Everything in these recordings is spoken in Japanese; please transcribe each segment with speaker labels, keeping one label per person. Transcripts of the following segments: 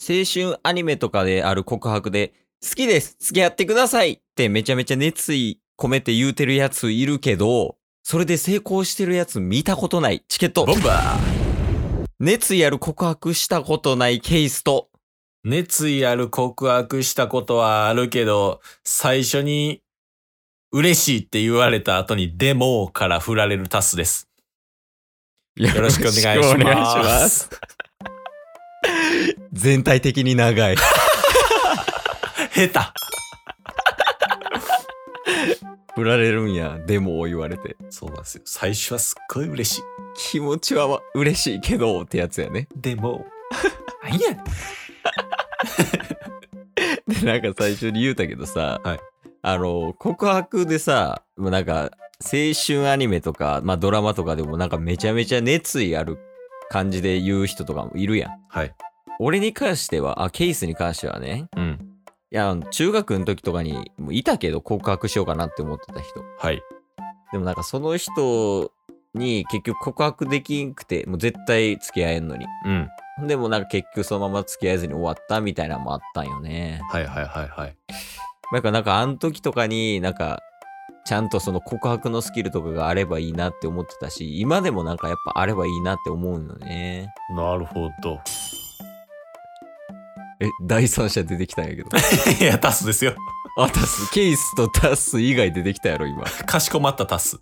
Speaker 1: 青春アニメとかである告白で、好きです付き合ってくださいってめちゃめちゃ熱意込めて言うてるやついるけど、それで成功してるやつ見たことない。チケット。
Speaker 2: ボンバー
Speaker 1: 熱意ある告白したことないケースと、
Speaker 2: 熱意ある告白したことはあるけど、最初に嬉しいって言われた後にデモから振られるタスです。
Speaker 1: よ
Speaker 2: よろしくお願いします。
Speaker 1: ろくお願いします。全体的に長い。
Speaker 2: 下
Speaker 1: 振られるんや、でも言われて。
Speaker 2: 手。そうなんですよ。最初はすっごい嬉しい。
Speaker 1: 気持ちは嬉しいけどってやつやね。
Speaker 2: でも、なんやねん
Speaker 1: で、なんか最初に言うたけどさ、
Speaker 2: はい
Speaker 1: あの、告白でさ、もうなんか、青春アニメとか、まあドラマとかでもなんかめちゃめちゃ熱意ある感じで言う人とかもいるやん。
Speaker 2: はい。
Speaker 1: 俺に関しては、あ、ケースに関してはね、
Speaker 2: うん。
Speaker 1: いや、中学の時とかにもういたけど告白しようかなって思ってた人。
Speaker 2: はい。
Speaker 1: でもなんかその人に結局告白できんくて、もう絶対付き合えんのに。
Speaker 2: うん。
Speaker 1: でもなんか結局そのまま付き合えずに終わったみたいなのもあったんよね。
Speaker 2: はいはいはいはい。
Speaker 1: だからなんかあの時とかになんか、ちゃんとその告白のスキルとかがあればいいなって思ってたし、今でもなんかやっぱあればいいなって思うのね。
Speaker 2: なるほど。
Speaker 1: え、第三者出てきたんやけど。
Speaker 2: いや、タスですよ。
Speaker 1: あ、タス、ケイスとタス以外出てきたやろ、今。
Speaker 2: かしこまったタス。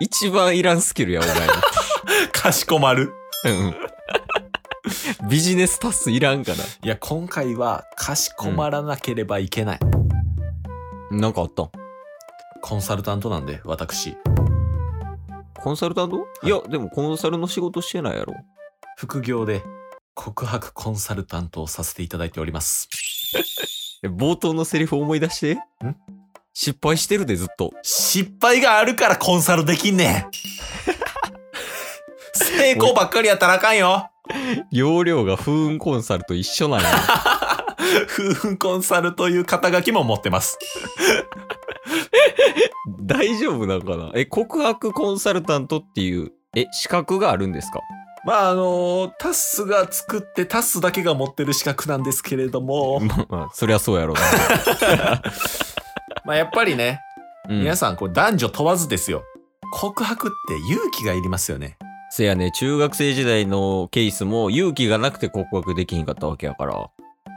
Speaker 1: 一番いらんスキルや、お前
Speaker 2: かしこまる。
Speaker 1: の。うん。ビジネスタスいらんか
Speaker 2: いや、今回は、かしこまらなければいけない。
Speaker 1: な。なんかあったん
Speaker 2: コンサルタントなんで、私。
Speaker 1: コンサルタント、い、や、でもコンサルの仕事してないやろ。
Speaker 2: 副業で、告白コンサルタントをさせていただいております。
Speaker 1: え冒頭のセリフ思い出して。失敗してるで、ずっと。
Speaker 2: 失敗があるからコンサルできん ねん。成功ばっかりやったらあかんよ。
Speaker 1: 容量が風雲コンサルと一緒なんや。
Speaker 2: 夫婦コンサルという肩書きも持ってます。
Speaker 1: 大丈夫なのかなえ、告白コンサルタントっていう、え、資格があるんですか
Speaker 2: まああの、タッスが作ってタッスだけが持ってる資格なんですけれども、
Speaker 1: まあまあ、そりゃそうやろう
Speaker 2: まあやっぱりね、
Speaker 1: な。うん
Speaker 2: 皆さんこう男女問わずですよ。告白って勇気がいりますよね。
Speaker 1: せやね、中学生時代のケースも勇気がなくて告白できひんかったわけやから。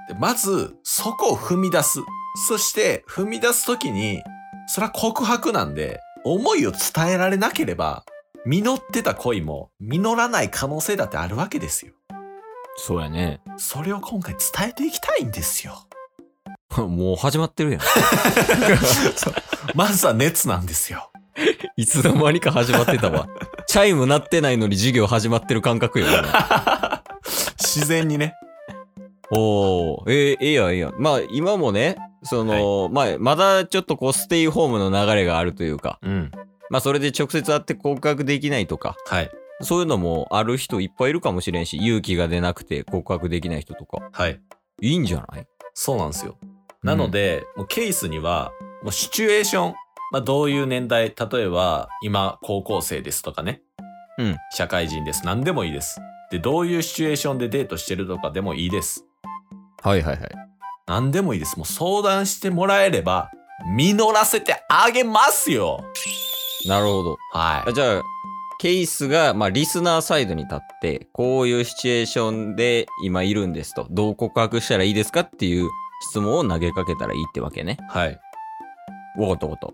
Speaker 2: でまず、そこを踏み出す。そして、踏み出すときに、それは告白なんで、思いを伝えられなければ、実ってた恋も実らない可能性だってあるわけですよ。
Speaker 1: そうやね。
Speaker 2: それを今回伝えていきたいんですよ。
Speaker 1: もう始まってるやん。
Speaker 2: そうまずは熱なんですよ。
Speaker 1: いつの間にか始まってたわ。チャイム鳴ってないのに授業始まってる感覚よ。今
Speaker 2: 自然にね。
Speaker 1: おお、えー、ええやんええやん。まあ今もね、その、まあまだちょっとこうステイホームの流れがあるというか、
Speaker 2: うん。
Speaker 1: まあそれで直接会って告白できないとか、
Speaker 2: はい。
Speaker 1: そういうのもある人いっぱいいるかもしれんし、勇気が出なくて告白できない人とか、
Speaker 2: はい。
Speaker 1: いいんじゃない
Speaker 2: そうなんですよ。なの、で、もうケースには、もうシチュエーション、まあ、どういう年代、例えば、今、高校生ですとかね。
Speaker 1: うん
Speaker 2: 社会人です。何でもいいです。で、どういうシチュエーションでデートしてるとかでもいいです。
Speaker 1: うんはいはいはい。
Speaker 2: 何でもいいです。もう相談してもらえれば、実らせてあげますよ
Speaker 1: なるほど。
Speaker 2: は
Speaker 1: あじゃあ、ケースが、まあ、リスナーサイドに立って、こういうシチュエーションで今いるんですと、どう告白したらいいですかっていう質問を投げかけたらいいってわけね。
Speaker 2: い。はい。
Speaker 1: わかったわかった。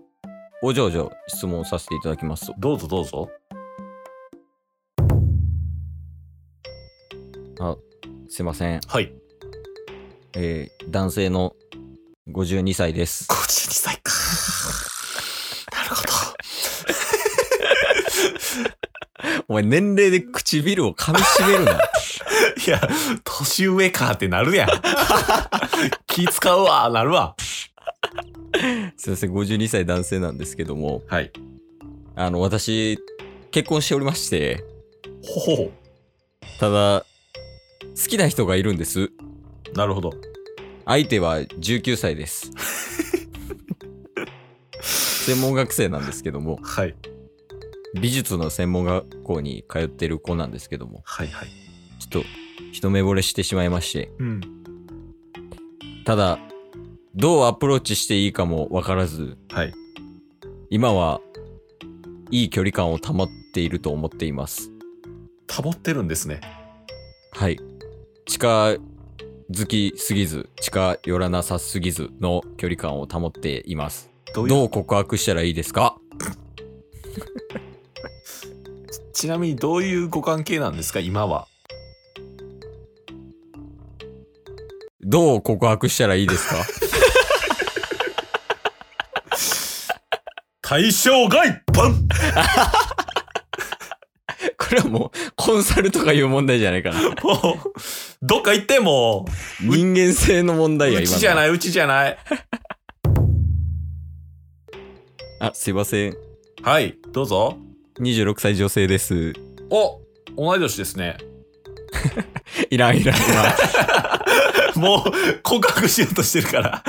Speaker 1: お嬢嬢、質問させていただきますと。
Speaker 2: どうぞどうぞ。
Speaker 1: すいません。
Speaker 2: はい。
Speaker 1: えー、男性の52歳です。
Speaker 2: 52歳か。なるほど。
Speaker 1: お前、年齢で唇を噛みしめるな。
Speaker 2: いや、年上かってなる やん。気使うわ、なるわ。
Speaker 1: すいません、52歳男性なんですけども、
Speaker 2: はい。
Speaker 1: あの、私、結婚しておりまして、
Speaker 2: ほほほ。
Speaker 1: ただ、好きな人がいるんです。
Speaker 2: なるほど。
Speaker 1: 相手は19歳です。専門学生なんですけども、
Speaker 2: はい。
Speaker 1: 美術の専門学校に通ってる子なんですけども、
Speaker 2: はいはい。
Speaker 1: ちょっと一目惚れしてしまいまして。
Speaker 2: うん。
Speaker 1: ただ、どうアプローチしていいかもわからず、
Speaker 2: はい。
Speaker 1: 今は、いい距離感を保っていると思っています。
Speaker 2: 保ってるんですね。
Speaker 1: はい。近づきすぎず、近寄らなさすぎずの距離感を保っています。
Speaker 2: どういう
Speaker 1: どう告白したらいいですか
Speaker 2: ちなみにどういうご関係なんですか今は。
Speaker 1: どう告白したらいいですか
Speaker 2: 対象外バン
Speaker 1: これはもう、コンサルとかいう問題じゃないかな。
Speaker 2: もうどっか行っても
Speaker 1: 人間性の問
Speaker 2: う、
Speaker 1: 題や、
Speaker 2: う
Speaker 1: 今の
Speaker 2: ち
Speaker 1: は
Speaker 2: じゃない、うちじゃない。
Speaker 1: あ、すいません。
Speaker 2: はい、どうぞ。
Speaker 1: 26歳女性です。
Speaker 2: お同い年ですね。
Speaker 1: いらんいらんいらん。
Speaker 2: もう、告白しようとしてるから。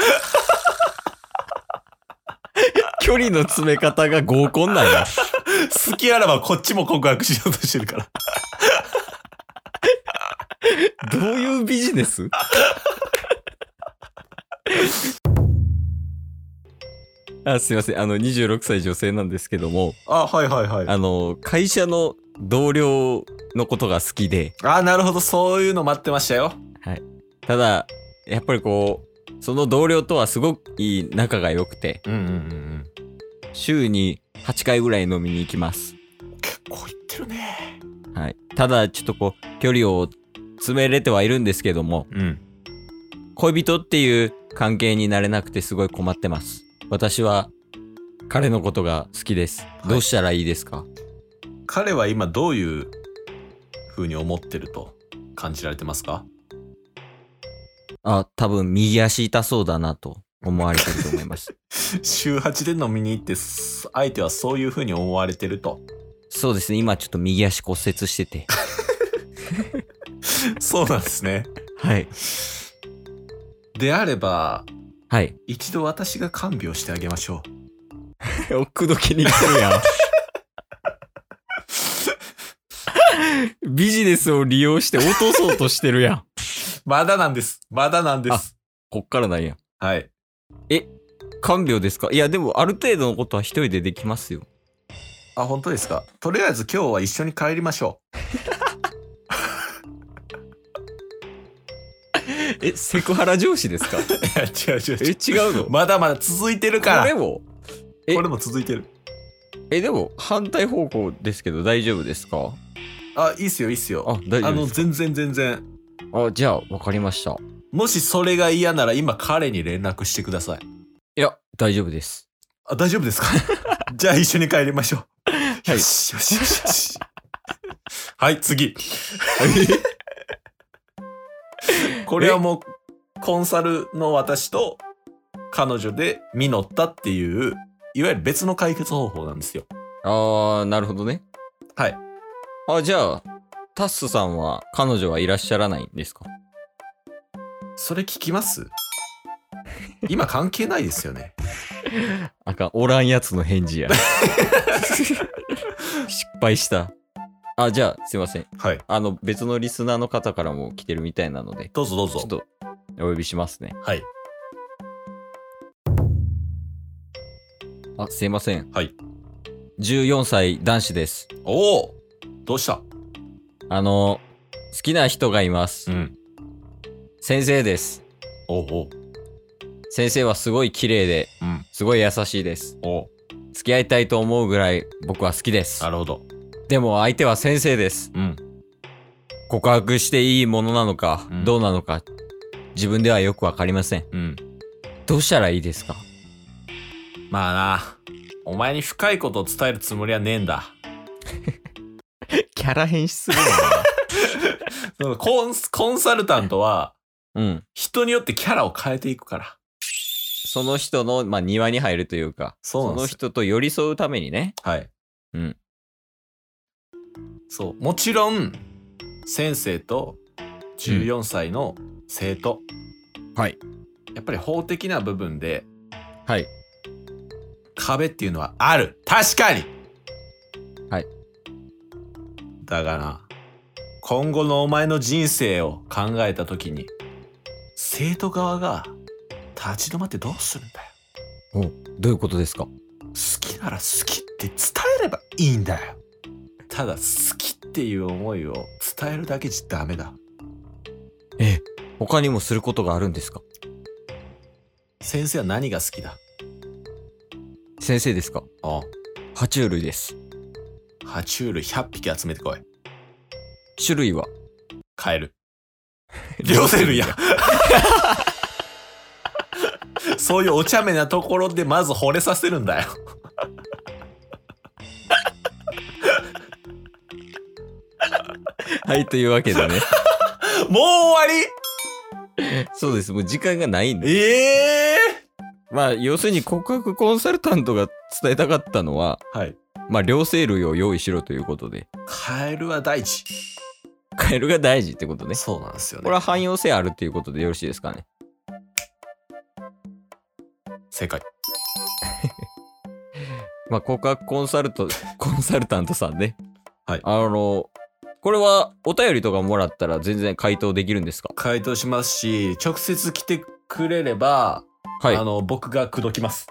Speaker 1: 距離の詰め方が合コンなんだ。
Speaker 2: 好きあらばこっちも告白しようとしてるから。
Speaker 1: どういうビジネス あすいませんあの26歳女性なんですけども
Speaker 2: あ、はいはいはい。
Speaker 1: あの会社の同僚のことが好きで
Speaker 2: あ、なるほど、そういうの待ってましたよ。
Speaker 1: ただやっぱりこうその同僚とはすごくいい仲が良くて
Speaker 2: うんうんうん。
Speaker 1: 週に8回ぐらい飲みに行きます、
Speaker 2: 結構いってるね。
Speaker 1: はい、ただちょっとこう距離を詰めれてはいるんですけども
Speaker 2: うん。
Speaker 1: 恋人っていう関係になれなくてすごい困ってます。私は彼のことが好きです。
Speaker 2: い
Speaker 1: どうしたらいいですか、
Speaker 2: 彼は今どういう風に思ってると感じられてますか
Speaker 1: あ、多分右足痛そうだなと思われてると思い ます。
Speaker 2: 週8で飲みに行って、す相手はそういう風に思われてると。
Speaker 1: そうですね。今ちょっと右足骨折してて。
Speaker 2: そうなんですね。
Speaker 1: はい。
Speaker 2: であれば、
Speaker 1: はい。
Speaker 2: 一度私が看病してあげましょう。
Speaker 1: 奥どけに来てるやん。 ビジネスを利用して落とそうとしてるやん。
Speaker 2: まだなんです。まだなんです。
Speaker 1: こっからなんや。
Speaker 2: はい。
Speaker 1: 看病ですかいや、でもある程度のことは一人でできますよ。
Speaker 2: あ、本当ですか。とりあえず今日は一緒に帰りましょ
Speaker 1: え、セクハラ上司です か
Speaker 2: う。い や、違う違う
Speaker 1: え、
Speaker 2: 違
Speaker 1: 違
Speaker 2: う。
Speaker 1: うの
Speaker 2: まだまだ続いてるから。
Speaker 1: これ
Speaker 2: こ
Speaker 1: も
Speaker 2: れ
Speaker 1: え
Speaker 2: も続いてる。
Speaker 1: えでも反対方向ですけど大丈夫ですか
Speaker 2: あ、いいっすよ、いいっすよ。
Speaker 1: あ大丈
Speaker 2: あ
Speaker 1: 夫で
Speaker 2: の、
Speaker 1: す
Speaker 2: 全然全然。
Speaker 1: あじゃあ分かりました
Speaker 2: もしそれが嫌なら今彼に連絡してください。
Speaker 1: いや大丈夫です
Speaker 2: あ、大丈夫です かじゃあ一緒に帰りま しょう。
Speaker 1: はい
Speaker 2: よしよしよしよし。はい、 次。これはもう、コンサルの私と彼女で実ったっていう、いわゆる別の解決方法なんですよ。
Speaker 1: ああなるほどね
Speaker 2: はい。
Speaker 1: あじゃあタッスさんは彼女はいらっしゃらないんですか
Speaker 2: それ聞き ます今関係ないですよね。
Speaker 1: あかんおらんやつの返 事や失敗したあじゃあすいません
Speaker 2: はい。
Speaker 1: あの別のリスナーの方からも来てるみたいなので
Speaker 2: どうぞどう
Speaker 1: ちょ
Speaker 2: ぞ
Speaker 1: っ。とお呼びしますね
Speaker 2: はい。
Speaker 1: あすいません
Speaker 2: はい
Speaker 1: 14歳男子です
Speaker 2: おおどうした
Speaker 1: あの、好きな人がいます。
Speaker 2: ん。
Speaker 1: 先生です。
Speaker 2: おうおう。
Speaker 1: 先生はすごい綺麗で、
Speaker 2: うん。
Speaker 1: すごい優しいです。
Speaker 2: おう
Speaker 1: 付き合いたいと思うぐらい僕は好きです
Speaker 2: な。るほど。
Speaker 1: でも相手は先生です。
Speaker 2: うん。
Speaker 1: 告白していいものなのか、
Speaker 2: うん
Speaker 1: どうなのか、自分ではよくわかりません。
Speaker 2: うん。
Speaker 1: どうしたらいいですか
Speaker 2: まあな。お前に深いことを伝えるつもりはねえんだ。
Speaker 1: キャラ変質する
Speaker 2: そのコンコンサルタントは、
Speaker 1: の うん。
Speaker 2: 人によってキャラを変えていくから。
Speaker 1: その人の、まあ、庭に入るというか、
Speaker 2: そうな
Speaker 1: そ
Speaker 2: んで
Speaker 1: の
Speaker 2: すよ
Speaker 1: 人と寄り添うためにね。
Speaker 2: はい。
Speaker 1: うん。
Speaker 2: そう。もちろん、先生と14歳の生徒。
Speaker 1: はい。
Speaker 2: やっぱり法的な部分で
Speaker 1: はい。
Speaker 2: 壁っていうのはある。確かに
Speaker 1: はい。
Speaker 2: だがな、今後のお前の人生を考えた時に生徒側が立ち止まってどうするんだよ
Speaker 1: おどういうことですか
Speaker 2: 好きなら好きって伝えればいいんだよただ好きっていう思いを伝えるだけじゃダメだ
Speaker 1: 他にもすることがあるんですか
Speaker 2: 先生は何が好きだ
Speaker 1: 先生ですか
Speaker 2: ああ
Speaker 1: 爬虫類です。
Speaker 2: 爬虫類100匹集めてこい
Speaker 1: 種類 は
Speaker 2: カエル両生類やそういうお茶目なところでまず惚れさせるんだよ
Speaker 1: はい、というわけで ね。
Speaker 2: もう終わ
Speaker 1: そうです。もう時間がないん
Speaker 2: り
Speaker 1: で。
Speaker 2: ええ
Speaker 1: まあ、要するに告白コンサルタントが伝えたかったのは、
Speaker 2: はい
Speaker 1: まあ、両生類を用意しろということで、
Speaker 2: カエルは大事
Speaker 1: カエルが大事ってことね。
Speaker 2: そうなんですよね
Speaker 1: これは汎用性あるっていうことでよろしいですかね。
Speaker 2: 正解
Speaker 1: まあ、告白コンサルト、 コンサルタントさんね。
Speaker 2: はい
Speaker 1: あの、これはお便りとかもらったら全然回答できるんですか
Speaker 2: 回答しますし直接来てくれれば、
Speaker 1: はい
Speaker 2: あ。の僕が口説きます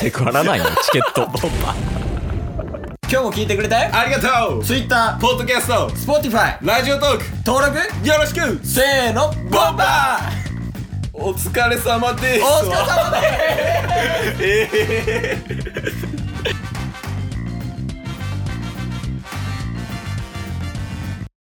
Speaker 1: セクハラないのチケット。
Speaker 2: 今日も聞いてくれてありがとう Twitter ポッドキャスト Spotify ラジオトーク登録よろしくせーのボンバーお疲れ様ですお疲れ様ですえー